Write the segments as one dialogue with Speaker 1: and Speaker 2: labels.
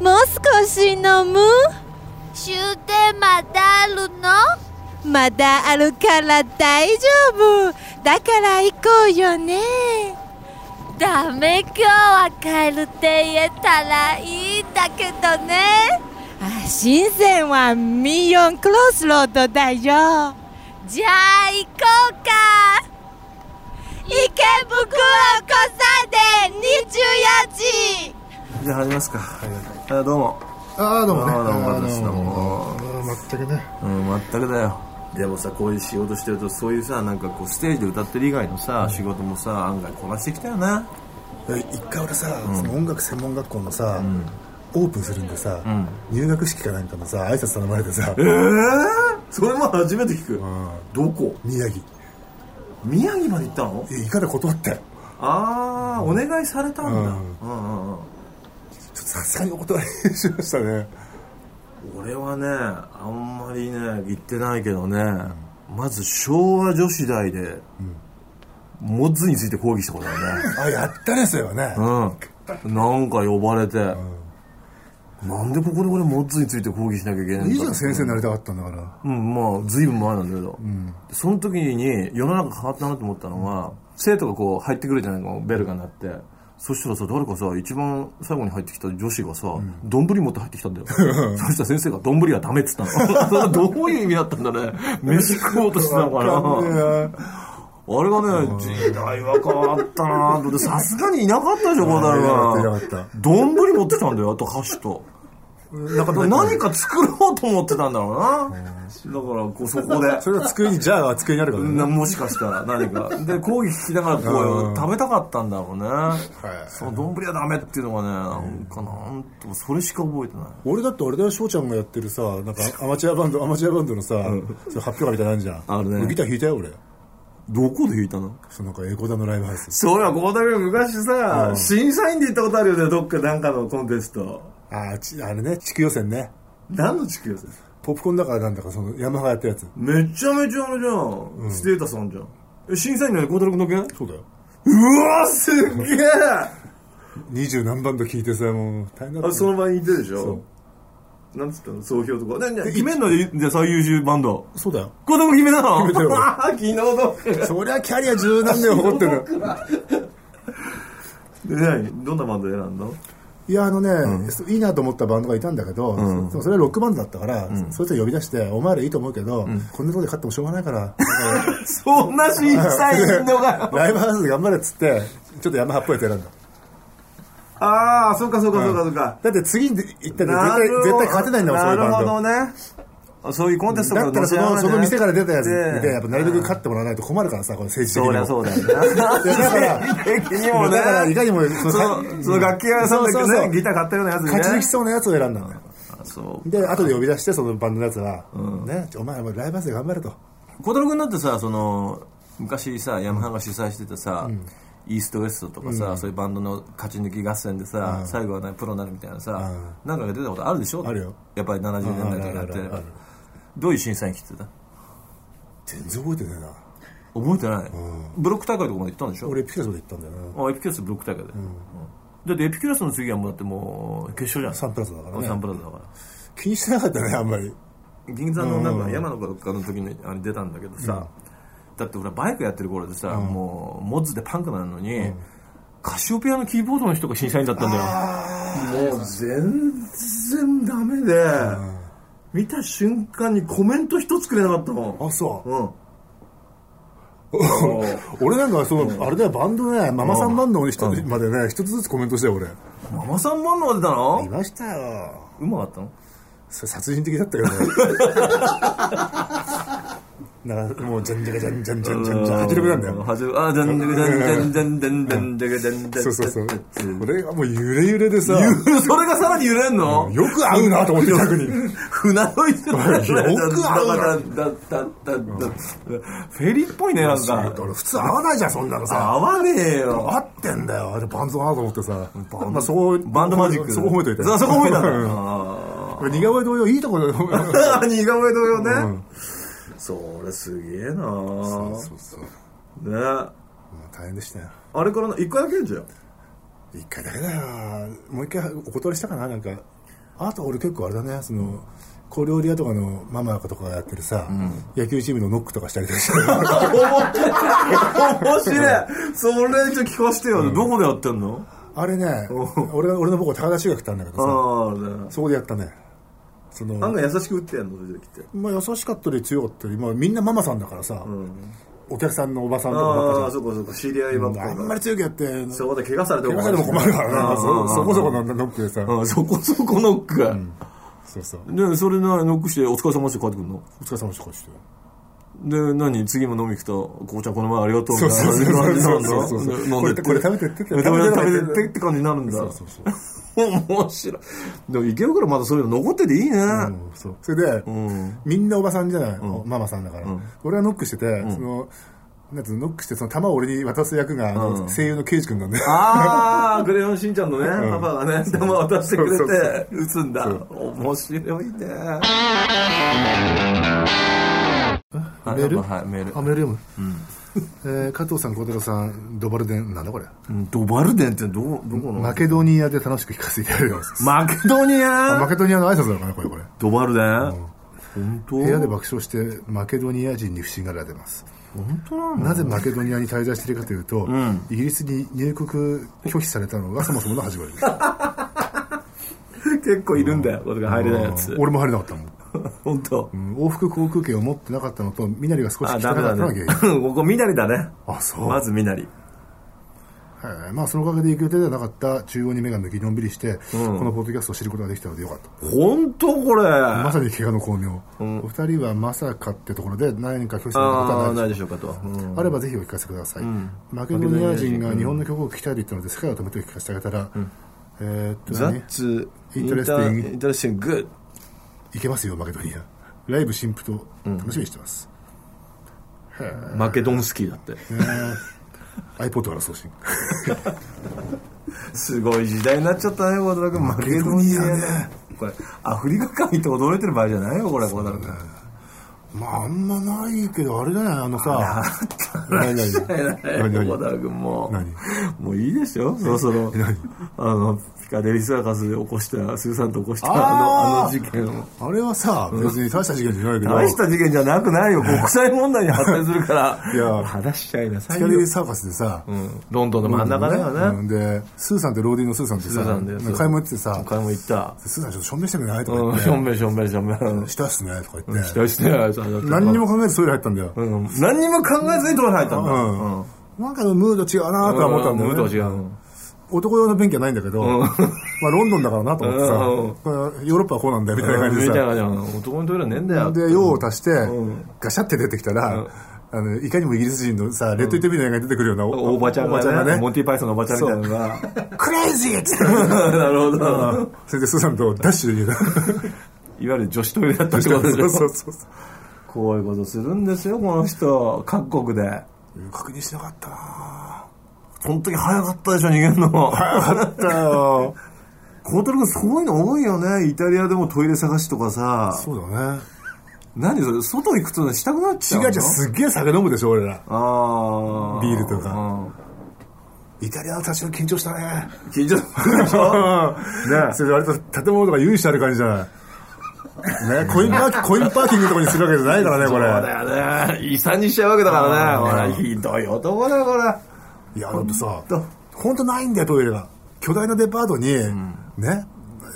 Speaker 1: もう少し飲む
Speaker 2: 終点まだあるの
Speaker 1: まだあるから大丈夫だから行こうよね
Speaker 2: ダメ今日は帰るって言えたらいいんだけどね
Speaker 1: あ新鮮はミヨンクロスロードだよ
Speaker 2: じゃあ行こうか池袋交差点24時
Speaker 3: じゃあ始めますか、あどうも
Speaker 4: ああどうもね
Speaker 3: あーどうも
Speaker 4: あー
Speaker 3: どうも
Speaker 4: どうも全くね
Speaker 3: うん全くだよでもさこういう仕事してるとそういうさなんかこうステージで歌ってる以外のさ仕事もさ案外こなしてきたよな
Speaker 4: 一回俺さ、その音楽専門学校のさ、オープンするんでさ、入学式かなんかのさ挨拶頼まれてさ、
Speaker 3: ええそれも初めて聞くどこ
Speaker 4: 宮城
Speaker 3: 宮城まで行ったの
Speaker 4: え行かれ断ったよちょ
Speaker 3: ああお願いされたんだう
Speaker 4: うん
Speaker 3: んうんうん
Speaker 4: っとさすがにお断りしましたね
Speaker 3: 俺はねあんまりね行ってないけどねまず昭和女子大でモッズについて抗議したことあるね
Speaker 4: あやったねそれはね、
Speaker 3: うん、なんか呼ばれて、なんでここで俺モッツについて抗議しなきゃいけないんだ
Speaker 4: いいじゃん先生になりたかったんだから
Speaker 3: うんまあ随分前なんだけど、その時に世の中変わったなと思ったのは、生徒がこう入ってくるじゃないかベルが鳴ってそしたらさ誰かさ一番最後に入ってきた女子がさ丼、持って入ってきたん だよそしたら先生が丼はダメっつったの それはどういう意味だったんだね飯食おうとしてたのかな
Speaker 4: わかんねえ
Speaker 3: あれがね、時代は変わったなぁと思って、さすがにいなかったでしょ、こうなる
Speaker 4: いな
Speaker 3: が
Speaker 4: かったいなかっ。
Speaker 3: 丼持ってきたんだよ、あと箸と。だから 何か作ろうと思ってたんだろうな。だから、こう、そこで。
Speaker 4: それは机にじゃあ机にあるからね、
Speaker 3: なもしかしたら何か。で、講義聞きながらこう、食べたかったんだろうね。その丼はダメっていうのがね、なんかなんとも、それしか覚えてない。
Speaker 4: 俺だって俺だよ翔ちゃんがやってるさなんかアマチュアバンドアマチュアバンドのさ、その発表会みたいなのあるじゃん
Speaker 3: あるね
Speaker 4: 俺ギター弾いたよ俺
Speaker 3: どこで弾いたの
Speaker 4: そのなんかエコダのライブハウス
Speaker 3: そうや、こうだけ昔さ、審査員で行ったことあるよね、どっかなんかのコンテスト。
Speaker 4: ああちあれね地区予選ね
Speaker 3: 何の地区予選
Speaker 4: ポップコーンだからなんだかそのヤマハやったやつ
Speaker 3: めちゃめちゃあれじゃん、ステータスあんじゃんえ審査員のね孝太郎君だけう
Speaker 4: そうだよ
Speaker 3: わすっげえ
Speaker 4: 二十何バンド聞いてさもう大変だった
Speaker 3: あ
Speaker 4: ね
Speaker 3: その場にいてるでしょなんつったの総評とかでで決めんのでじゃあ最優秀バンド
Speaker 4: そうだよ
Speaker 3: 孝太郎君決めたの
Speaker 4: 決めたよ
Speaker 3: 昨日の
Speaker 4: そりゃキャリア十何年誇ってる
Speaker 3: で何どんなバンド選んだの
Speaker 4: いやあのね、いいなと思ったバンドがいたんだけど、でもそれはロックバンドだったから、そいつを呼び出して「お前らいいと思うけど、こんなとこで勝ってもしょうがないから」
Speaker 3: そんな審査員のが
Speaker 4: ライブハウスで頑張れ」っつってちょっとヤマハっぽいやつ選んだ
Speaker 3: ああそうかそうかそうかそうか、
Speaker 4: だって次に行ったら
Speaker 3: な
Speaker 4: 絶
Speaker 3: る
Speaker 4: 対
Speaker 3: ほど
Speaker 4: 絶対勝てないんだもんそういうバンド
Speaker 3: なるほどねあそういうコンテスト
Speaker 4: だったらそ
Speaker 3: 乗
Speaker 4: の
Speaker 3: せ
Speaker 4: そ
Speaker 3: 合わな
Speaker 4: の
Speaker 3: きゃ
Speaker 4: 店から出たやつ
Speaker 3: ね
Speaker 4: でやっぱなるべく勝ってもらわないと困るからさこの政治
Speaker 3: そ
Speaker 4: 的に
Speaker 3: り
Speaker 4: も
Speaker 3: ゃそうだよ
Speaker 4: いやだか
Speaker 3: な。
Speaker 4: ら
Speaker 3: 的にもね。
Speaker 4: だからいかにも
Speaker 3: その、
Speaker 4: その
Speaker 3: その楽器屋さん
Speaker 4: そう
Speaker 3: だ
Speaker 4: そ
Speaker 3: け
Speaker 4: うそ
Speaker 3: ね、
Speaker 4: う
Speaker 3: ギター買ったようなやつでね。
Speaker 4: 勝ち抜きそうなやつを選んだんだよ
Speaker 3: あそう。
Speaker 4: で後で呼び出してそのバンドのやつは「ねちょお前らもうライブハウスで頑張れ」と
Speaker 3: 小太郎君だってさ、その、昔さ、ヤマハが主催してたさ、イーストウエストとかさ、そういうバンドの勝ち抜き合戦でさ、最後はね、プロになるみたいなさ、なんかが出たことあるでしょ
Speaker 4: あるよ
Speaker 3: やっぱり70年代とかやってれ
Speaker 4: あるあるあるあ
Speaker 3: ば
Speaker 4: る。
Speaker 3: どういう審査員来てた
Speaker 4: 全然覚えてねえな
Speaker 3: 覚えてないブロック大会とかまで行ったんでしょ
Speaker 4: 俺エピカスまで行ったんだよな
Speaker 3: あエピキュラスブロック大会で。うんだってエピキュラスの次はもうだってもう決勝じゃん。
Speaker 4: サンプラザだからね
Speaker 3: サンプラザだから。
Speaker 4: 気にしてなかったねあんまり
Speaker 3: 銀座のなんか山のかの時にあれ出たんだけどさ、だって俺バイクやってる頃でさ、もうモッズでパンクなのに、カシオペアのキーボードの人が審査員だったんだよもう全然ダメで、見た瞬間にコメント一つくれなかったの
Speaker 4: あそう
Speaker 3: うん
Speaker 4: 俺なんかそのあれだよバンドねママさんバンドの人までね一つずつコメントしてよ俺
Speaker 3: ママさんバンドが出たの
Speaker 4: いましたよ
Speaker 3: うまかったの
Speaker 4: それ殺人的だったけどねなんかもうじゃんじゃかじゃんじゃんじゃんじゃんじゃんはじれめなんだよ
Speaker 3: はじめあじゃんじゃんじゃんじゃんじゃんじゃんじゃんじゃんじゃん
Speaker 4: そうそうそう俺がもう揺れ揺れでさよ
Speaker 3: それがさらに揺れんの、
Speaker 4: く合うなと思って逆に
Speaker 3: 船乗りってよ
Speaker 4: く合うな
Speaker 3: だだだだだフェリーっぽいねなんか
Speaker 4: 俺普通合わないじゃんそんなのさ
Speaker 3: 合わねえよ
Speaker 4: 合ってんだよあれバンドだなと思ってさまあそこ
Speaker 3: バンドマジック
Speaker 4: そこ褒めといて
Speaker 3: そうそこ褒めたんだ
Speaker 4: うん
Speaker 3: あ
Speaker 4: これ似顔絵同様いいとこだよ
Speaker 3: ー 似顔絵同様ねそれすげえな
Speaker 4: そうそう
Speaker 3: ね
Speaker 4: うん大変でしたよ
Speaker 3: あれからな一回だけじゃん
Speaker 4: 一回だけだよもう一回お断りしたかななんかあと俺結構あれだねその小料理屋とかのママとかがやってるさ、野球チームのノックとかしたりとかして
Speaker 3: 面白いそれちょっと聞かせてよ、どこでやってんの
Speaker 4: あれね俺俺の母校高田中学ってあるんだけどさ
Speaker 3: ああね
Speaker 4: そこでやったねその
Speaker 3: 案外優しく打ってやんの出てきて
Speaker 4: まあ、優しかったり強かったり、まあ、みんなママさんだからさ、お客さんのおばさんとかばっ
Speaker 3: あ
Speaker 4: か
Speaker 3: あ
Speaker 4: じゃ
Speaker 3: そこそこ知り合いばっ
Speaker 4: ん
Speaker 3: か
Speaker 4: あ
Speaker 3: り
Speaker 4: んまり強くやって
Speaker 3: そこで怪我されて
Speaker 4: 怪我されても困るからなそそこそこのノックでさ、
Speaker 3: うんそこそこノックが、
Speaker 4: そうそう
Speaker 3: でそれなノックして「お疲れ様でした」帰ってくるの
Speaker 4: お疲れ様でしたこうして
Speaker 3: で何次も飲み行くと「紅茶この前ありがとう」みた
Speaker 4: そう
Speaker 3: いな
Speaker 4: そう
Speaker 3: 感じ
Speaker 4: そう
Speaker 3: になるんだ
Speaker 4: そうそうそう
Speaker 3: 飲んでって
Speaker 4: これこれ食べてってって
Speaker 3: 食べて食べてってって感じになるんだ
Speaker 4: そうそうそう
Speaker 3: 面白いでも池袋まだそういうの残ってていいね
Speaker 4: うんそうそれで、
Speaker 3: ん
Speaker 4: みんなおばさんじゃない、ママさんだから、俺はノックしてて、そのなんつうのノックしてその球を俺に渡す役が、あの声優の刑事君なんで
Speaker 3: ああクレヨンしんちゃんのね、パパがね玉渡してくれ
Speaker 4: そうそうそ
Speaker 3: て打つんだ面白いねあ
Speaker 4: メール
Speaker 3: やっぱはいメール
Speaker 4: あメール読む、えー加藤さん孝太郎さんドバルデンなんだこれ
Speaker 3: うんドバルデンってどこどこの
Speaker 4: マケドニアで楽しく聞かせていただきます
Speaker 3: マケドニ
Speaker 4: あマ
Speaker 3: ア
Speaker 4: ケドニアの挨拶なのかなこれこれ
Speaker 3: ドバルデン本当
Speaker 4: 部屋で爆笑してマケドニア人に不信がられてます
Speaker 3: 本当なの
Speaker 4: なぜマケドニアに滞在しているかというと、イギリスに入国拒否されたのがそもそもの始まりです
Speaker 3: 結構いるんだよ俺が入れないやつ
Speaker 4: 俺も入れなかったもん
Speaker 3: 本当
Speaker 4: うん往復航空券を持ってなかったのと身なりが少し汚か
Speaker 3: あ
Speaker 4: った
Speaker 3: ダメ
Speaker 4: の
Speaker 3: だ
Speaker 4: が原
Speaker 3: ね
Speaker 4: 因
Speaker 3: ここみなりだね
Speaker 4: あそう
Speaker 3: まずみなり
Speaker 4: はいまあそのおかげで行く予定ではなかった中央に目が向きのんびりして、このポッドキャストを知ることができたのでよかった
Speaker 3: 本当これ
Speaker 4: まさに怪我の巧妙、お二人はまさかってところで何か拒否されたこと
Speaker 3: あ
Speaker 4: は
Speaker 3: あ
Speaker 4: な
Speaker 3: ないいで
Speaker 4: でし
Speaker 3: し
Speaker 4: ょ
Speaker 3: ょ
Speaker 4: う
Speaker 3: う
Speaker 4: か
Speaker 3: かと
Speaker 4: あればぜひお聞かせください、マケドニア人が日本の曲を聴きたいと言ったので世界を止めて聞かせてあげたら、えーっと
Speaker 3: ザ
Speaker 4: 何
Speaker 3: ッツ
Speaker 4: Interesting
Speaker 3: インタレスティンググッ
Speaker 4: いけますよマケドニアライブ新婦と楽しみにしてます、
Speaker 3: マケドンスキーだって
Speaker 4: えー iPod から送 信
Speaker 3: すごい時代になっちゃったね小田君マケドニアねこれアフリカ海って驚いてる場合じゃないよこれ小田君
Speaker 4: まああんまないけどあれだよねあのさ 何何何
Speaker 3: 小
Speaker 4: 何
Speaker 3: 田君も
Speaker 4: 何
Speaker 3: うもういいでしょそろそろ
Speaker 4: 何
Speaker 3: あのピカデリーサーカスで起こしたスーさんと起こしたあの
Speaker 4: あー
Speaker 3: あの事件を
Speaker 4: あれはさ別に大した事件じゃないけど
Speaker 3: 大した事件じゃなくないよ国際問題に発展するか
Speaker 4: いや
Speaker 3: ら話しちゃいなさい
Speaker 4: 光
Speaker 3: よ
Speaker 4: でサーカスでさ、
Speaker 3: うんロンドンの真ん中だよ
Speaker 4: う
Speaker 3: ね
Speaker 4: んでスーさんってローディーのスーさんって
Speaker 3: ス
Speaker 4: さ
Speaker 3: ーさんだよ
Speaker 4: なんか買い物行ってさ
Speaker 3: 買い物行った
Speaker 4: スーさんちょっと証明してくれないとか
Speaker 3: うん
Speaker 4: 言っ
Speaker 3: しょん
Speaker 4: て
Speaker 3: べんしょんべんしょんべん
Speaker 4: したっすねとか言って
Speaker 3: 期待してない
Speaker 4: 何にも考えずトイレ入ったんだよ
Speaker 3: うん何にも考えずにトイレ入ったんだ
Speaker 4: うんなんかムード違うなとは思ったんだ
Speaker 3: ムード
Speaker 4: よ
Speaker 3: は
Speaker 4: ね
Speaker 3: 違う
Speaker 4: 男用の便器はないんだけどまあロンドンだからなと思ってさこれヨーロッパはこうなんだよみたいな感じ
Speaker 3: み
Speaker 4: で
Speaker 3: たい
Speaker 4: さ
Speaker 3: な感じで男のトイレはねえんだよ
Speaker 4: で、用を足して
Speaker 3: うん、
Speaker 4: ガシャって出てきたら、あの、いかにもイギリス人のさ、レッドイットビーの映画に出てくるような
Speaker 3: おばちゃん
Speaker 4: おばちゃ
Speaker 3: が
Speaker 4: んが
Speaker 3: ね
Speaker 4: ね
Speaker 3: モンティパイソンのおばちゃんみたいなのが
Speaker 4: クレイジーっつっ て。
Speaker 3: なるほど
Speaker 4: それで、スーさんとダッシュで逃げ
Speaker 3: いわゆる女子トイレだった
Speaker 4: た。
Speaker 3: ってことでし
Speaker 4: そうそ
Speaker 3: ょ
Speaker 4: うそうそう
Speaker 3: こういうことするんですよこの人各国で
Speaker 4: 確認しなかったな
Speaker 3: その時早かったでしょ逃げるの
Speaker 4: あったよ。
Speaker 3: 孝太郎君そういうの多いよねイタリアでもトイレ探しとかさ
Speaker 4: そうだね。
Speaker 3: 何それ外行くとしたくなっちゃ
Speaker 4: 違
Speaker 3: う
Speaker 4: う
Speaker 3: の
Speaker 4: 違う、すっげえ酒飲むでしょ、俺ら。
Speaker 3: ああ
Speaker 4: ビールとか
Speaker 3: うん
Speaker 4: イタリアの多少緊張したね。
Speaker 3: 緊張するでし
Speaker 4: う
Speaker 3: ょ
Speaker 4: ん。ねそれで割と建物とか由緒ある感じじゃない。ねコインパーキコインパーキングとかにするわけじゃないからね、こ
Speaker 3: そう
Speaker 4: れ。
Speaker 3: だよね。遺産にしちゃうわけだからね。ほら、ひどい男だよ、これ。
Speaker 4: いや、だってさ
Speaker 3: と、
Speaker 4: 本当ないんだよ、トイレが。巨大なデパートに、ね、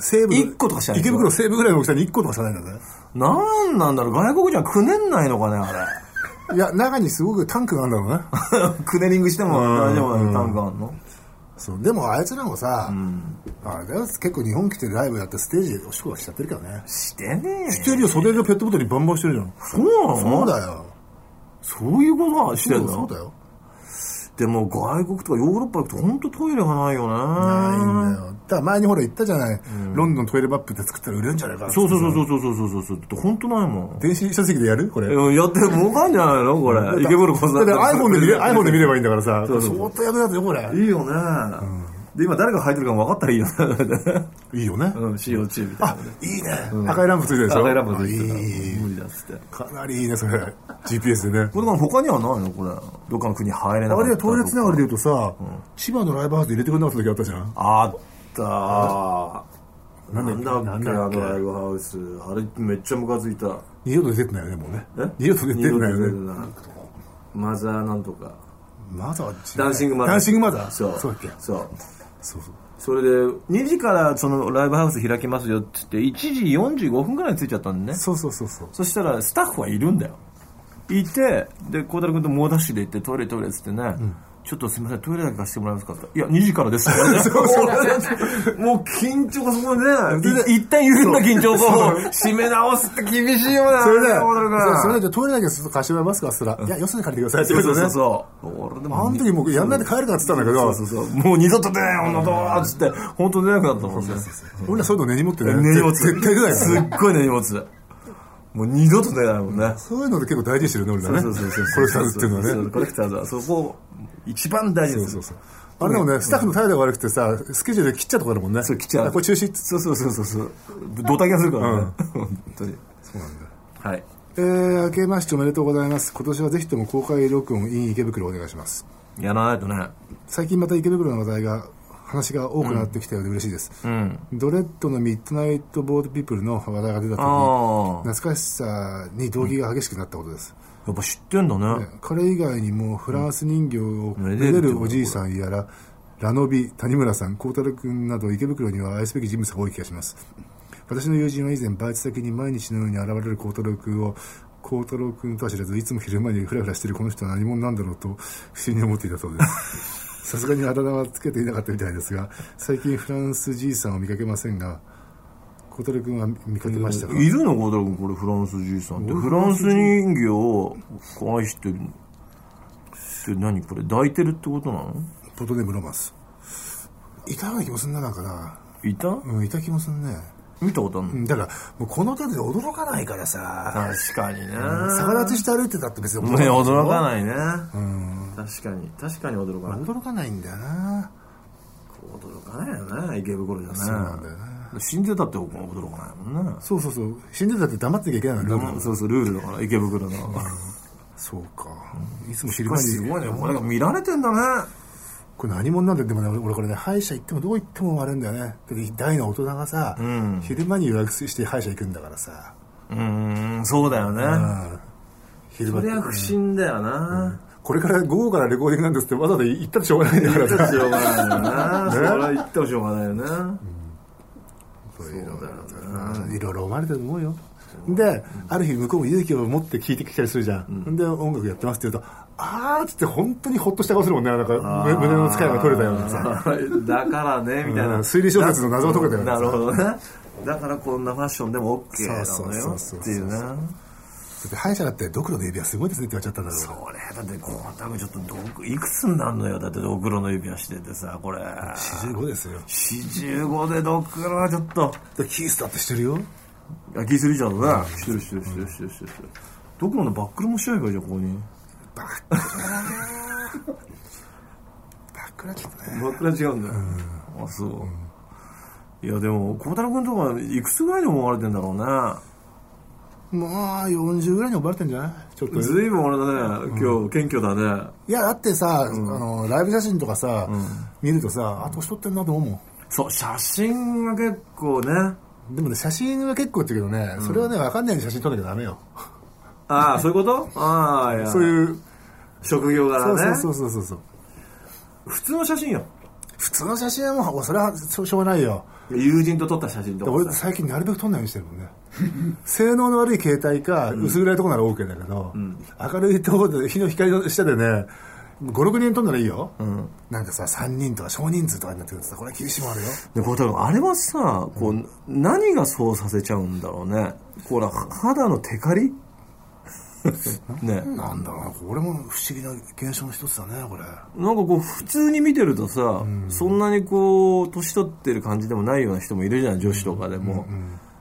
Speaker 4: 西部、
Speaker 3: 一個とかしかないで
Speaker 4: 池
Speaker 3: しょ
Speaker 4: 袋西部ぐらいの大きさに1個とかしかないんだね。
Speaker 3: なんなんだろう、外国人はくねんないのかね、あ
Speaker 4: いや、中にすごくタンクがあるんだろうね。
Speaker 3: れ。 くねリングしても大丈夫なのにタンクあんの
Speaker 4: そう、でもあいつらもさ、あれだよ結構日本来てライブやってステージでおしっこがしちゃってるからね。
Speaker 3: してね
Speaker 4: してるよ、袖でペットボトルにバンバンしてるじゃん。
Speaker 3: そうなの
Speaker 4: そうだよ。
Speaker 3: そういうことはして
Speaker 4: そ
Speaker 3: ん
Speaker 4: うそう
Speaker 3: の
Speaker 4: だよ。
Speaker 3: でも外国とかヨーロッパ行くと本当トイレがないよ
Speaker 4: ない
Speaker 3: ね。
Speaker 4: んだよ。だから前にほら言ったじゃない。ロンドントイレマップで作ったら売れるんじゃないか。
Speaker 3: そうそうそううそうそうそうそうそう。だって本当ないもん。
Speaker 4: 電子書籍でやるこれ。
Speaker 3: うんやって儲かんじゃないのこれ。池袋こ
Speaker 4: だって iPhone で見れ iPhone で見ればいいんだからさ。
Speaker 3: そうそう
Speaker 4: 相当役立つよ、これ。
Speaker 3: いいよね。で、今誰が入ってるかも分かったらいいよね。
Speaker 4: いいよね。
Speaker 3: うん、CO2 みたいなね。
Speaker 4: いいね、赤いランプついてるでしょ
Speaker 3: 赤いランプついて
Speaker 4: あいい
Speaker 3: 無理だっつって。
Speaker 4: かなりいいねそれ GPS でね
Speaker 3: これが他にはないのこれ。どっかの国入れな
Speaker 4: あ
Speaker 3: かった
Speaker 4: れ
Speaker 3: と
Speaker 4: は
Speaker 3: か
Speaker 4: トイレつながりで言うとさ、千葉のライブハウスで入れてくれなかった時あったじゃん
Speaker 3: あったなんだっけ
Speaker 4: な
Speaker 3: あ
Speaker 4: んだっけ
Speaker 3: のライブハウスあれめっちゃムカついた
Speaker 4: 二度と出てないよねもうね
Speaker 3: え
Speaker 4: 二度と出てないよ
Speaker 3: 二度と出て
Speaker 4: ね
Speaker 3: ないマザーなんとか
Speaker 4: マザー違う
Speaker 3: ダンシングマザー
Speaker 4: ダンシングマザー
Speaker 3: そう
Speaker 4: そうだっけ
Speaker 3: そう
Speaker 4: そうそう
Speaker 3: それで2時からそのライブハウス開きますよっつって1時45分ぐらいに着いちゃったんでね
Speaker 4: そうそうそうそう
Speaker 3: そしたらスタッフはいるんだよいてで孝太郎君と猛ダッシュで行ってトイレトイレっつってね、ちょっとすみませんトイレだけ貸してもらえますかって言ったらいや2時から です」 もう緊張がそこでねい一旦緩んだ緊張 を締め直すって厳しいよな
Speaker 4: それで、
Speaker 3: 孝太郎
Speaker 4: そうそ
Speaker 3: 君
Speaker 4: れで、じゃあトイレだけすると貸してもらえますかすら、いや、よそに借りてくださいっ
Speaker 3: そ
Speaker 4: てこ
Speaker 3: う
Speaker 4: と
Speaker 3: そう
Speaker 4: ね。
Speaker 3: そうそう俺でも
Speaker 4: あの時もうやんないで帰るからって言ったんだけど、
Speaker 3: そうそうもう二度と出ない女だわっつって本当出なくなったもんね
Speaker 4: 俺らそういうの根に持ってね。
Speaker 3: 根に持つ
Speaker 4: 絶対出ない
Speaker 3: す
Speaker 4: よね。
Speaker 3: っごい根に持つもう二度と出ないもんね
Speaker 4: そういうので結構大事にしてるね、俺らね。コレクターズっていうのはね。
Speaker 3: そうコレクターズはそこを一番大事です
Speaker 4: そうそうあれでもね、スタッフの態度が悪くてさ、スケジュール切っちゃうとこだもんね。
Speaker 3: そう切っちゃう
Speaker 4: これ中止って。
Speaker 3: そうそうそうそうそうドタキャンするからね、本当に
Speaker 4: そうなんだ。
Speaker 3: はい
Speaker 4: えー、明けましておめでとうございます。今年はぜひとも公開録音 in 池袋お願いします。
Speaker 3: やらないとね
Speaker 4: 最近また池袋の話題が、話が多くなってきたようで嬉しいです。
Speaker 3: うん
Speaker 4: ドレッドのミッドナイトボードピープルの話題が出た時
Speaker 3: ああ
Speaker 4: 懐かしさに動機が激しくなったことです、
Speaker 3: やっぱ知ってんだね、
Speaker 4: これ以外にもフランス人形を
Speaker 3: うん
Speaker 4: めでるおじいさんやらラノビ谷村さん孝太郎君など池袋には愛すべき人物が多い気がします私の友人は以前バイト先に毎日のように現れる孝太郎君を孝太郎君とは知らずいつも昼間にフラフラしてるこの人は何者なんだろうと不審に思っていたそうですさすがにあだ名はつけていなかったみたいですが最近フランスじいさんを見かけませんが孝太郎君は見かけましたか
Speaker 3: いるの孝太郎君これフランスじいさんってフランス人形を愛してるって何これ抱いてるってことなの
Speaker 4: ポートネームロマンスいたような気もすんななんかない
Speaker 3: た
Speaker 4: うんいた気もすんね
Speaker 3: 見たことあるの、
Speaker 4: うんだからもうこの程度で驚かないからさ
Speaker 3: 確かにね
Speaker 4: 逆立ちして歩いてたって別に
Speaker 3: ね驚か
Speaker 4: な
Speaker 3: ない
Speaker 4: い
Speaker 3: ね、確かに確かに驚かない
Speaker 4: 驚かないんだよな
Speaker 3: 驚かないよね池袋じゃね
Speaker 4: そうなんだよね
Speaker 3: 死んでたって僕も驚かないもんね
Speaker 4: そうそうそう死んでたって黙ってなきゃいけないのルールだか
Speaker 3: う
Speaker 4: ら
Speaker 3: んそうそうルールだから池袋の
Speaker 4: そうかいつも昼
Speaker 3: こ
Speaker 4: 間
Speaker 3: れ
Speaker 4: に
Speaker 3: すごいねこれが見られてんだね
Speaker 4: これ何者なんだよでもね俺俺これね歯医者行ってもどこ行っても悪いんだよねだって大の大人がさ、
Speaker 3: ん
Speaker 4: 昼間に予約して歯医者行くんだからさ、
Speaker 3: うーんそうだよね
Speaker 4: うん昼
Speaker 3: そ
Speaker 4: 間
Speaker 3: りゃ不審だよな
Speaker 4: これから午後からレコーディングなんですってわざわざ行ったらしょうがないんだから
Speaker 3: ちょっと
Speaker 4: さ
Speaker 3: しょうがないよなそれは言ってもしょうがないよな
Speaker 4: そういうのいろいろ思われてると思うよである日向こうも勇気を持って聴いてきたりするじゃん、で音楽やってますって言うとあーっつって本当にほっとした顔するもんねなんかむ胸の使いが取れたようなさ
Speaker 3: だからねみたいな
Speaker 4: うん推理小説の謎を解けたような
Speaker 3: なるほどねだからこんなファッションでも OK なの
Speaker 4: そ
Speaker 3: よ
Speaker 4: うそうそうそう
Speaker 3: っていうね
Speaker 4: だって歯医者だってドクロの指輪すごいですねって言われちゃったんだろう
Speaker 3: これだってこう多分ちょっとどくいくつになるのよだってドクロの指輪しててさこれ
Speaker 4: 45ですよ
Speaker 3: 45でドクロはちょっと
Speaker 4: でキースだってしてるよ
Speaker 3: あ気するじゃんねしてるしてるしてるしてるしてるしてるドクロのバックルもしちゃえばいいじゃんここに
Speaker 4: バックラちょっとね
Speaker 3: バックルは違うんだよあそういやでも孝太郎君とかいくつぐらいで思われてんだろうね
Speaker 4: まあ40ぐらいに呼ばれてんじゃないちょっと
Speaker 3: ずいぶん俺だね今日謙虚だね
Speaker 4: いやだってさ、あのライブ写真とかさ、見るとさあ年取ってんなと思うもん
Speaker 3: そう写真は結構ね
Speaker 4: でもね、写真は結構って言うけどね、それはね、わかんないように写真撮んなきゃダメよ。
Speaker 3: ああそういうことああいや
Speaker 4: そういう、
Speaker 3: 職業
Speaker 4: そう
Speaker 3: 柄ね
Speaker 4: そうそうそうそう。
Speaker 3: 普通の写真よ
Speaker 4: 普通の写真はもう、それはしょしょうがないよ。
Speaker 3: 友人と撮った写真と
Speaker 4: 俺
Speaker 3: かさ
Speaker 4: 最近なるべく撮んないようにしてる もんね。性能の悪い携帯か、薄暗いとこなら OK だけど、明るいとこで、日の光の下でね、5、6人撮んならいいよ。なんかさ、3人とか少人数とかになってくるとさ、これは厳しいもんあるよ。
Speaker 3: で孝太郎あれはさこう何がそうさせちゃうんだろうねこれ肌のテカリ ね
Speaker 4: なんだろうな、これも不思議な現象の一つだね、これ。
Speaker 3: なんかこう普通に見てるとさ、そんなにこう年取ってる感じでもないような人もいるじゃん女子とかでも、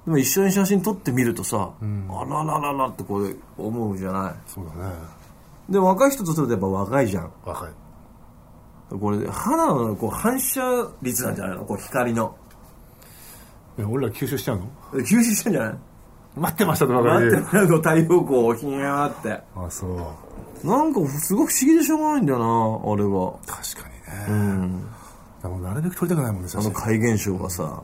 Speaker 3: でも一緒に写真撮ってみるとさ、あららららってこう思うじゃな
Speaker 4: そうだね。
Speaker 3: いで若い人とするとやっぱ若いじゃん
Speaker 4: 若い。
Speaker 3: これ肌のこう反射率なんじゃないのこう光の
Speaker 4: え俺ら吸収しちゃうの
Speaker 3: 休止したんじゃない
Speaker 4: 待ってましたとば
Speaker 3: 待ってなんか太陽光をひにゃーって
Speaker 4: あ、そう。
Speaker 3: なんかすごく不思議でしょうがないんだよなあれは
Speaker 4: 確かにね、でもなるべく撮りたくないもんね写
Speaker 3: あの
Speaker 4: 真
Speaker 3: 怪現象がさ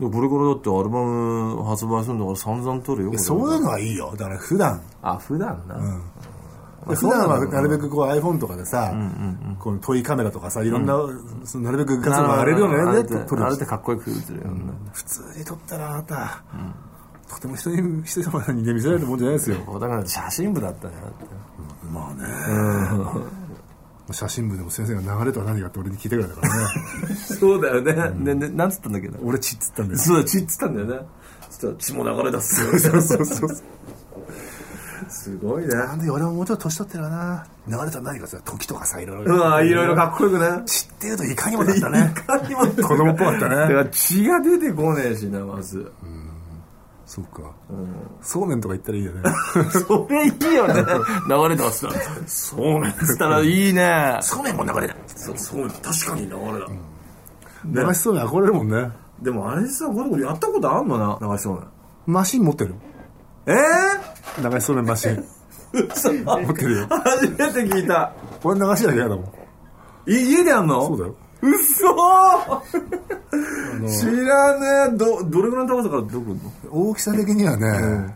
Speaker 3: でもこれからだってアルバム発売するんだから散々撮るよこれ
Speaker 4: そういうのはいいよだから普段
Speaker 3: あ普段な、
Speaker 4: で普段はなるべくこう iPhone とかでさ、この遠いカメラとかさいろんな、そのなるべく画素が上げれるようなやつで撮る
Speaker 3: あれってかっこよく映るよ、ね
Speaker 4: 普通に撮ったらあなた、とても人に人様にね見せられるもんじゃないですよ
Speaker 3: だから写真部だったねだって
Speaker 4: まあね、写真部でも先生が流れとは何かって俺に聞いてくれたから ね
Speaker 3: そうだよね。ね、ね、なんつったんだっけど。
Speaker 4: 俺血っつったんだよ
Speaker 3: そうだ、血っつったんだよね。そしたら血も流れ出す。
Speaker 4: そうそうそう
Speaker 3: すごいね。
Speaker 4: なんで俺ももうちょっと年取ってるわな流れとは何かさ時とかさいろいろ
Speaker 3: うわ、いろいろかっこよくね。
Speaker 4: 血っていうといかにもだっ たね
Speaker 3: にも
Speaker 4: 子供っぽかったね
Speaker 3: だから血が出てこねえしな、まず。
Speaker 4: そうか、そうめんとか言ったらいいよね
Speaker 3: それいいよね。 流れ出すな。そうね。つったらいいね。
Speaker 4: そうめんも流れだ
Speaker 3: そそう、確かに流れだ。
Speaker 4: 流しそうめん憧れるもんね
Speaker 3: でもあれさ、ゴロゴロやったことあんのな、流しそう
Speaker 4: マシン持ってる
Speaker 3: めん。え
Speaker 4: 流しそうめんマシン
Speaker 3: ぇ、ー、
Speaker 4: 持ってるよ
Speaker 3: 初めて聞いた。
Speaker 4: 俺流しなきゃ嫌だもん
Speaker 3: い家でやんの
Speaker 4: そうだよ
Speaker 3: 嘘知らねえどどれぐらいの高さからどこ行くの
Speaker 4: 大きさ的にはね、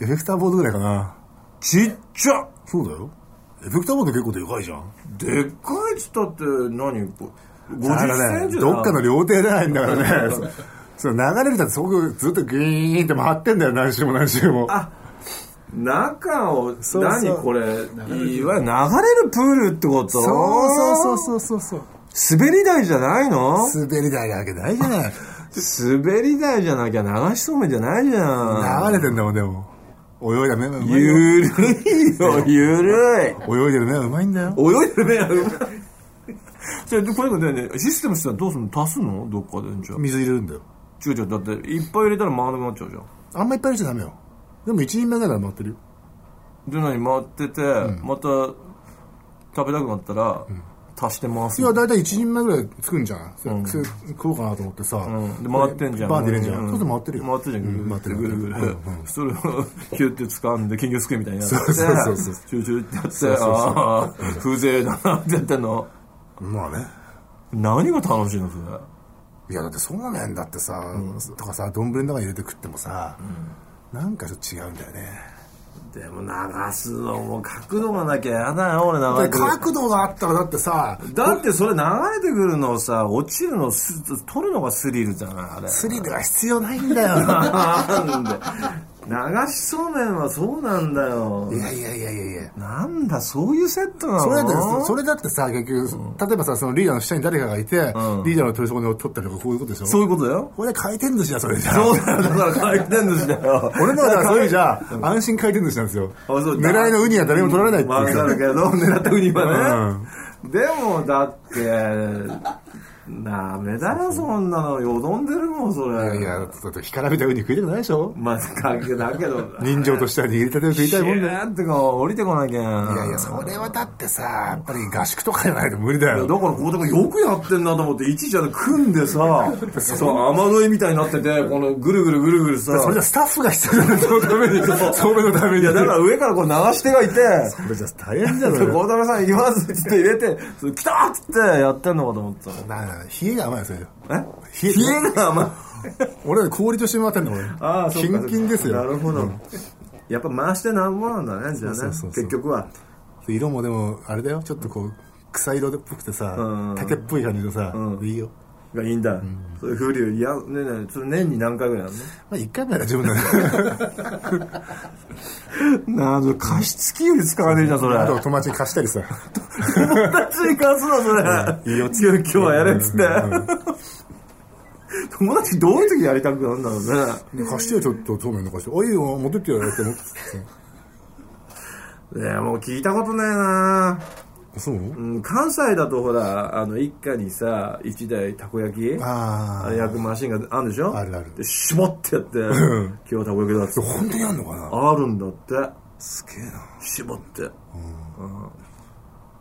Speaker 4: エフェクターボードぐらいかな
Speaker 3: ちっちゃ
Speaker 4: そうだよエフェクターボード結構でかいじゃん
Speaker 3: でっかいっつったって何これ
Speaker 4: だか
Speaker 3: 50
Speaker 4: ら
Speaker 3: セン
Speaker 4: ね
Speaker 3: チだ
Speaker 4: どっかの料亭じゃないんだからね その流れるだってそこずっとグイーンって回ってんだよ何周も何周も
Speaker 3: あ 中を
Speaker 4: そう
Speaker 3: 何これいわゆる流れるプールってこと
Speaker 4: そうそうそうそうそう
Speaker 3: そう滑り台じゃないの
Speaker 4: そう滑り台なわけないじゃない
Speaker 3: 滑り台じゃなきゃ流しそうめんじゃないじゃん
Speaker 4: 流れてんだもんでも泳いだ目がうまいよ
Speaker 3: ゆるいよゆるい
Speaker 4: 泳いでる目はうまいんだよ
Speaker 3: 泳いでる目が うまいそれでこれがねシステムしたらどうするの足すのどっかでじゃあ
Speaker 4: 水入れるんだよ
Speaker 3: 違う違うだっていっぱい入れたら回らなくなっちゃうじゃん
Speaker 4: あんまいっぱい入れちゃダメよでも一人前なら回ってるよ
Speaker 3: で何回ってて、また食べたくなったら、足して回す
Speaker 4: いや、だいたい1人前ぐらいつくんじゃん。それそれ食おうかなと思ってさ。
Speaker 3: うんで回ってんじゃん
Speaker 4: バーンって入れんじゃ。
Speaker 3: うん
Speaker 4: そうすると回ってるよ。
Speaker 3: 回ってるじゃん、
Speaker 4: うん回ってる。
Speaker 3: ぐるぐる
Speaker 4: うん
Speaker 3: それをキュッて掴んで金魚すくいみたいになって
Speaker 4: そうそうそうそう
Speaker 3: チューチューってやって
Speaker 4: うそうそう
Speaker 3: ああ風情だなってやってんの
Speaker 4: うんまあね。
Speaker 3: 何が楽しいのそれ
Speaker 4: いや、だってそうめんだってさ、とかさ、丼の中に入れて食ってもさ、なんかちょっと違うんだよね。
Speaker 3: でも流すのも角度がなきゃやだよ俺流
Speaker 4: で
Speaker 3: れてる
Speaker 4: 角度があったらだってさ、
Speaker 3: だってそれ流れてくるのさ落ちるのす取るのがスリルじゃないあれ
Speaker 4: スリルが必要ない んだよな。
Speaker 3: なんで流しそうめんはそうなんだよ
Speaker 4: いやいやいやいやいや。
Speaker 3: なんだそういうセットなの
Speaker 4: それだって、それだってさ、結局、例えばさ、そのリーダーの下に誰かがいて、リーダーの取り損ねを取ったりとか、こういうことでしょ
Speaker 3: そういうことだよ
Speaker 4: これ回転寿司だ、それじゃ。
Speaker 3: そうだよだから回転寿司だよ
Speaker 4: 俺のはだから そういう意味じゃ、安心回転寿司なんですよ。
Speaker 3: あそう
Speaker 4: 狙いのウニは誰も取られないって
Speaker 3: わ
Speaker 4: いう
Speaker 3: かる
Speaker 4: さ。
Speaker 3: けど狙ったウニはね、でもだってダメだよそんなのよどんでるもんそれ
Speaker 4: いやいや、だって干からびたウニ食いたくないでしょ
Speaker 3: まあだけだけど
Speaker 4: 人情としては握りたてを食いたいもんだよ。
Speaker 3: なんてか降りてこなきゃい
Speaker 4: いやいや、それはだってさ、やっぱり合宿とかじゃないと無理だ
Speaker 3: だ
Speaker 4: よ。
Speaker 3: からこうだからよくやってんなと思っていちいちあの組んでさそう雨どいみたいになっててこのぐるぐるぐるぐるさ
Speaker 4: それじゃスタッフが必要 なんだよ、そのために。そうめんのために。
Speaker 3: いやだから上からこう流し手がいて
Speaker 4: それじゃ大変じ
Speaker 3: 「
Speaker 4: ゃな
Speaker 3: 孝
Speaker 4: い
Speaker 3: 太郎さん行き ます」って言って入れて「その来た!」っつってやってんのかと思って
Speaker 4: なあ、冷えが甘いよ、それ。
Speaker 3: たの
Speaker 4: 冷
Speaker 3: え
Speaker 4: え
Speaker 3: 冷えが甘い
Speaker 4: 俺ら氷としてもらってんの、俺。
Speaker 3: ああそう
Speaker 4: キ
Speaker 3: かそう
Speaker 4: ン
Speaker 3: か
Speaker 4: キンですよ。
Speaker 3: なるほどやっぱ回してなんぼなんだねじゃあね
Speaker 4: そうそうそうそう
Speaker 3: 結局は
Speaker 4: 色もでも、あれだよ、ちょっとこう、草色っぽくて
Speaker 3: う
Speaker 4: さ
Speaker 3: ん、
Speaker 4: 竹っぽい感じでさ、いいよ。
Speaker 3: がいいんだそういう風流いやねえねえそれ年に何回ぐらいやるの
Speaker 4: まあ、一回目は十分だね。
Speaker 3: なあ、加湿器より使わねえじ ゃん、それ
Speaker 4: あと友達に貸したりさ。
Speaker 3: 友達に貸すな、それ。いいよ、今日はやれっつって
Speaker 4: うんうん。
Speaker 3: 友達どういう時やりたくなるんだろうね。
Speaker 4: 貸してよ、ちょっとそうめんの貸して。おいよ、持ってってよ、って思って
Speaker 3: いや、もう聞いたことないな
Speaker 4: た。そう
Speaker 3: うん、関西だとほら、あの、一家にさ、一台たこ焼き
Speaker 4: ああ。
Speaker 3: 焼くマシンがあるでしょ
Speaker 4: あるある
Speaker 3: で、絞ってやって、今日はたこ焼きだっつって。
Speaker 4: 本当にあんのかな
Speaker 3: あるんだって。
Speaker 4: すげえな。
Speaker 3: 絞って。うん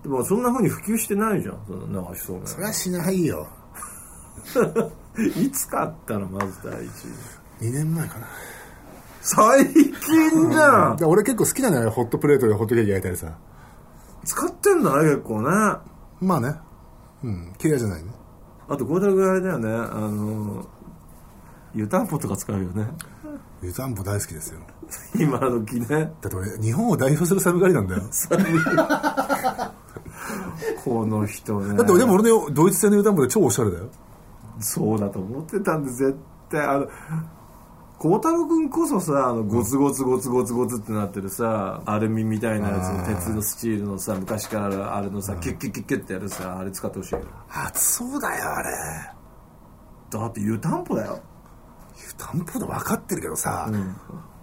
Speaker 3: でも、そんな風に普及してないじゃん、その流しそうめん
Speaker 4: そりゃしないよ。
Speaker 3: いつ買ったの、まず第一。
Speaker 4: 2年前かな。
Speaker 3: 最近じゃん
Speaker 4: だから俺結構好きなのよ、ホットプレートでホットケーキ焼いたりさ。
Speaker 3: 使ってんだね結構ねあ
Speaker 4: まあね。うん、嫌いじゃないね。
Speaker 3: と孝太郎君あれだよねあの湯たんぽとか使うよね。
Speaker 4: 湯たんぽ大好きですよ
Speaker 3: 今時ね。
Speaker 4: だって俺日本を代表する寒がりなんだよ
Speaker 3: この人ね。
Speaker 4: だってでも俺のドイツ製の湯たんぽで超おしゃれだよ
Speaker 3: そうだと思ってたんで、絶対。あの、孝太郎くんこそさ、あの、ゴツゴツゴツゴツゴツってなってるさ、アルミみたいなやつの鉄のスチールのさ、昔からあるあれのさ、キュッキュッキュッキュッってやるさ、あれ使ってほしいよ。
Speaker 4: 暑そうだよあれ
Speaker 3: だって湯たんぽだよ。
Speaker 4: 湯たんぽで分かってるけどさ、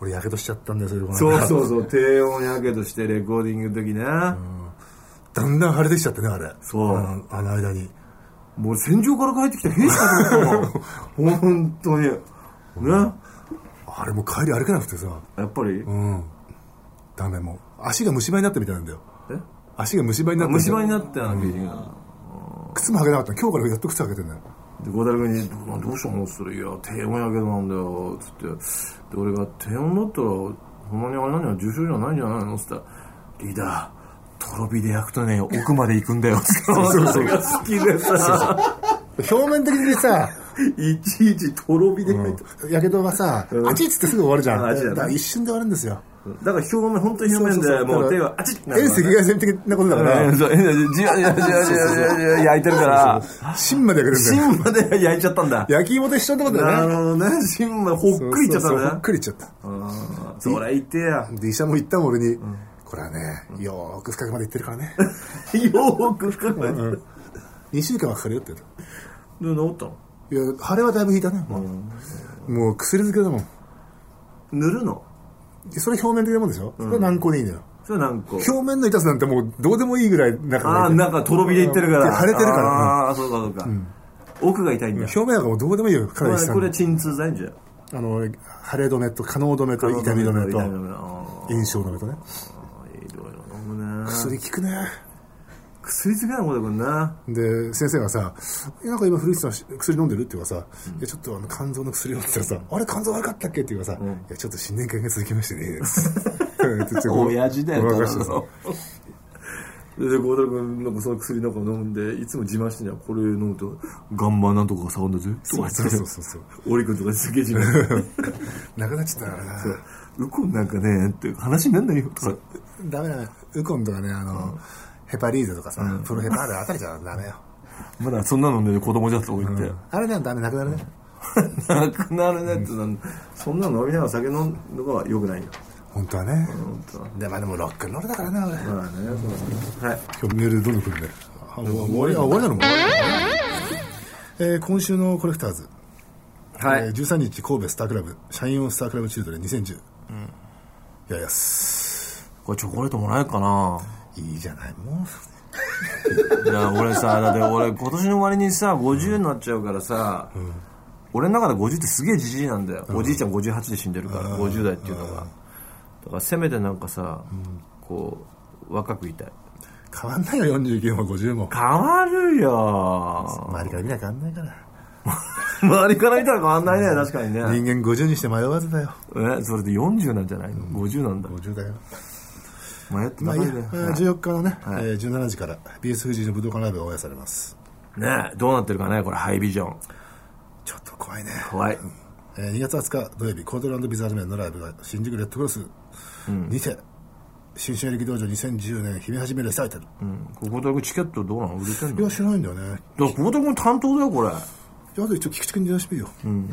Speaker 4: 俺やけどしちゃったんだよそれでこの
Speaker 3: そう
Speaker 4: 間
Speaker 3: そうそう、 低温やけどしてレコーディングの時ね。
Speaker 4: だんだん腫れてきちゃってねあれ
Speaker 3: そう
Speaker 4: あのあの間に
Speaker 3: もう戦場から帰ってきた兵士かと思ったもん。本当に。ね。
Speaker 4: あれもう帰り歩けなくてさ
Speaker 3: やっぱり、
Speaker 4: うんダメもう足が虫歯になったみたいなんだよ
Speaker 3: え
Speaker 4: 足が虫歯になった
Speaker 3: 虫歯に
Speaker 4: っ
Speaker 3: なったよあのビールが。
Speaker 4: 靴も履けなかった今日からやっと靴履けてんだよ
Speaker 3: で、孝太郎君に、どどうしたのって言ったら、いや、低温やけどなんだよ、つって。で、俺が、低温だったら、ほんまにあれなんじゃ、重症じゃないんじゃないのつって言ったら、リーダー、とろ火で焼くとね、奥まで行くんだよ、つって。 そうそうが好きでさ、
Speaker 4: 表面的にさ
Speaker 3: いちいちとろ火で焼いて。
Speaker 4: やけどがさ、
Speaker 3: うん
Speaker 4: あちっつってすぐ終わるじゃん。
Speaker 3: ああちだね
Speaker 4: だから一瞬で終わるんですよ。
Speaker 3: だから表面、本当に表面で、もう手が、あちっってなるか
Speaker 4: 遠
Speaker 3: ら
Speaker 4: 赤
Speaker 3: ね
Speaker 4: 外線的なことだから、
Speaker 3: うんそうじわじわじわじわじわじわ焼いてるから、
Speaker 4: 芯まで焼けるんだよ。
Speaker 3: 芯まで焼いちゃったんだ。
Speaker 4: 焼き芋と一緒ってことだ
Speaker 3: な
Speaker 4: よ
Speaker 3: る
Speaker 4: ね。
Speaker 3: ほど ね、芯までほっくりいっちゃった
Speaker 4: そうそうそうほ
Speaker 3: ん
Speaker 4: っ
Speaker 3: だね。
Speaker 4: くりいっちゃった。
Speaker 3: うんそりゃ痛えや。
Speaker 4: で、医者も言ったもん俺に、これはね、よーく深くまで行ってるからね。
Speaker 3: よーく深くなって。
Speaker 4: 2週間はかかるよって言っ
Speaker 3: で、治ったの
Speaker 4: た。いや、腫れはだいぶ引いたね。もうもう薬漬けだもん。
Speaker 3: 塗るの
Speaker 4: それ表面的なもんでしょそれは軟膏でいいんだよ。
Speaker 3: それなんか。
Speaker 4: 表面の痛さなんてもうどうでもいいぐらい中
Speaker 3: ああ、
Speaker 4: に入ってる
Speaker 3: なんかとろ火でいってるか
Speaker 4: いや
Speaker 3: ら。
Speaker 4: 腫れてるから
Speaker 3: ああ、そうかそうか。奥が痛いんだ。
Speaker 4: 表面なんかもうどうでもいいよ、
Speaker 3: こ
Speaker 4: かなり
Speaker 3: れ
Speaker 4: さ
Speaker 3: これ
Speaker 4: ん。
Speaker 3: 鎮痛剤じゃん。
Speaker 4: あの、腫れ止めと、可能止めと、痛み止めと、
Speaker 3: 痛み止めあ
Speaker 4: 炎症止めとね。
Speaker 3: あ、いろいろ飲むね。
Speaker 4: 薬効くね。
Speaker 3: 薬漬けなことくんな。
Speaker 4: で、先生がさ、えなんか今古市さんし薬飲んでるって言うからさ、いやちょっとあの肝臓の薬をって言ったらさ、あれ肝臓悪かったっけって言うからさ、いやちょっと新年会が続きまして ね。
Speaker 3: 親父だよ
Speaker 4: ごま
Speaker 3: た
Speaker 4: か
Speaker 3: だ
Speaker 4: してさ
Speaker 3: ので、孝太郎君、なんかその薬なんか飲んで、いつも自慢してんじゃん。これ飲むと、ガンマなんとかが触るんだぜ。とか言って
Speaker 4: そうそうそうそう。
Speaker 3: オリ君とかすげえ自慢して
Speaker 4: なくなっちゃったからな。
Speaker 3: ウコンなんかね、って話になんないよ。とか。
Speaker 4: ダメだね。ウコンとかね、あの、ヘパリーゼとかさ、プロヘパーゼあたりじゃダメよ。
Speaker 3: まだそんなのね、子供じゃとか言って。
Speaker 4: あれね、ダメ、なくなるね。
Speaker 3: なくなるねってなんそんなの飲みながら酒飲むのが良くないよ。
Speaker 4: 本当はね。
Speaker 3: 本当は。
Speaker 4: で、まあでもロックンロールだからな、
Speaker 3: まあ
Speaker 4: 俺。
Speaker 3: ね、そうそう。はい。
Speaker 4: 今日メールどんどん来るねあもう終わりあ終わりなのもうえー今週のコレクターズ、
Speaker 3: はい
Speaker 4: えー13日神戸スタークラブ社員オンスタークラブチルドレン2010、いやいやす
Speaker 3: これチョコレートもらえるかない
Speaker 4: いじゃないも
Speaker 3: いや、俺 さ、だって俺今年の終わりにさ、50になっちゃうからさ、俺の中で50ってすげえじじいなんだよ。おじいちゃん58で死んでるから、50代っていうのが。だからせめてなんかさ、こう、若くいたい。
Speaker 4: う変わんないよ49も50も
Speaker 3: 変わる よ
Speaker 4: 周りから見なきゃ変わんないから
Speaker 3: 周りから見たら変わんないね、確かにね。
Speaker 4: 人間50にして迷わずだよ
Speaker 3: え、それで40なんじゃないの ?50 なんだ。
Speaker 4: 50だよ
Speaker 3: 迷って
Speaker 4: ま
Speaker 3: な
Speaker 4: あ
Speaker 3: い
Speaker 4: いい
Speaker 3: ね
Speaker 4: や、えー。14日のね、えー17時から BS 富士の武道館ライブが応援されます
Speaker 3: ねえどうなってるかね、これ、ハイビジョン。
Speaker 4: ちょっと怖いね
Speaker 3: 怖い。
Speaker 4: えー2月20日土曜日コートランドビザールメンのライブが新宿レッドクロスにて、新春力道場2010年姫始めるサイタル、
Speaker 3: うん。ここだけチケットどうなの売れてん
Speaker 4: い
Speaker 3: の
Speaker 4: や
Speaker 3: だか
Speaker 4: 知らないんだよね
Speaker 3: ら、ここだけ担当だよ、これ。
Speaker 4: いやあと一応菊池君に電話してみるよ、うん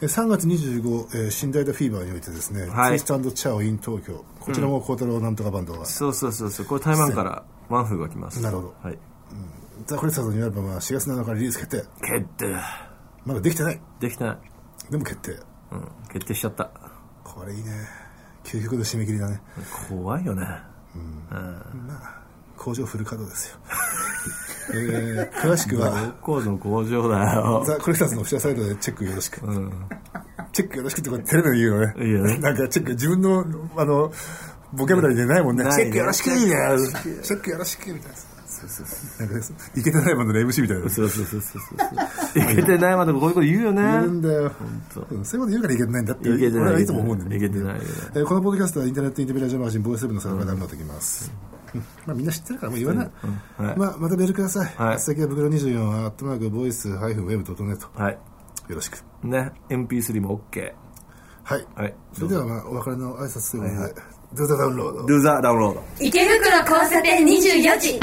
Speaker 4: えー3月25、えー、新大田フィーバーにおいてですね、
Speaker 3: はい
Speaker 4: ツイストチャオイン東京こちらもコートランドなんとかバンドが、
Speaker 3: そうそうそうそう。これ台湾からワンフーが来ます。
Speaker 4: なるほど
Speaker 3: はい。
Speaker 4: ザ・コレクターズのニューアルバムは4月7日リリース決定
Speaker 3: 決定。
Speaker 4: まだできてない
Speaker 3: できてない。
Speaker 4: でも決定
Speaker 3: うん。決定しちゃった。
Speaker 4: これいいね究極の締め切りだね
Speaker 3: 怖いよね。
Speaker 4: 工場フル稼働 ですよ、えー詳しくは
Speaker 3: 工場の工場だよ。
Speaker 4: ザ・コレクターズのオフィシャルサイトでチェックよろしく。チェックよろしくってこれテレビで言うよね。
Speaker 3: いいよね
Speaker 4: なんかチェック、自分の、あの、ボキャブラリーでないもんね。
Speaker 3: ない
Speaker 4: チ
Speaker 3: ね
Speaker 4: ェックよろしくいいね。チェックよろしくみたいな。なんかねいけてないバンドの MC みたいな。
Speaker 3: そうそうそうそうそう。いけてないまでこういうこと言うよ
Speaker 4: 言うん
Speaker 3: ね。
Speaker 4: だよ。うんそういうこと言うからいけてないんだって。
Speaker 3: いけてない
Speaker 4: 俺はいつも思うんだよね。
Speaker 3: いけてないよね
Speaker 4: えーこのポッドキャストはインターネットインタビューラジオマガジンボイスブのサーバーダウンロードできます。うんまあみんな知ってるからもう言わない。
Speaker 3: うんはい
Speaker 4: まあまたメールください。
Speaker 3: はい
Speaker 4: 宛先は袋24アットマークボイス -web.net よ
Speaker 3: はい。
Speaker 4: ろしく。
Speaker 3: ね MP3 も OK
Speaker 4: はい。
Speaker 3: はい
Speaker 4: それでは、まあ、お別れの挨拶ということで、ドゥーザダウンロード。
Speaker 3: Do the download
Speaker 2: 池袋交差点24時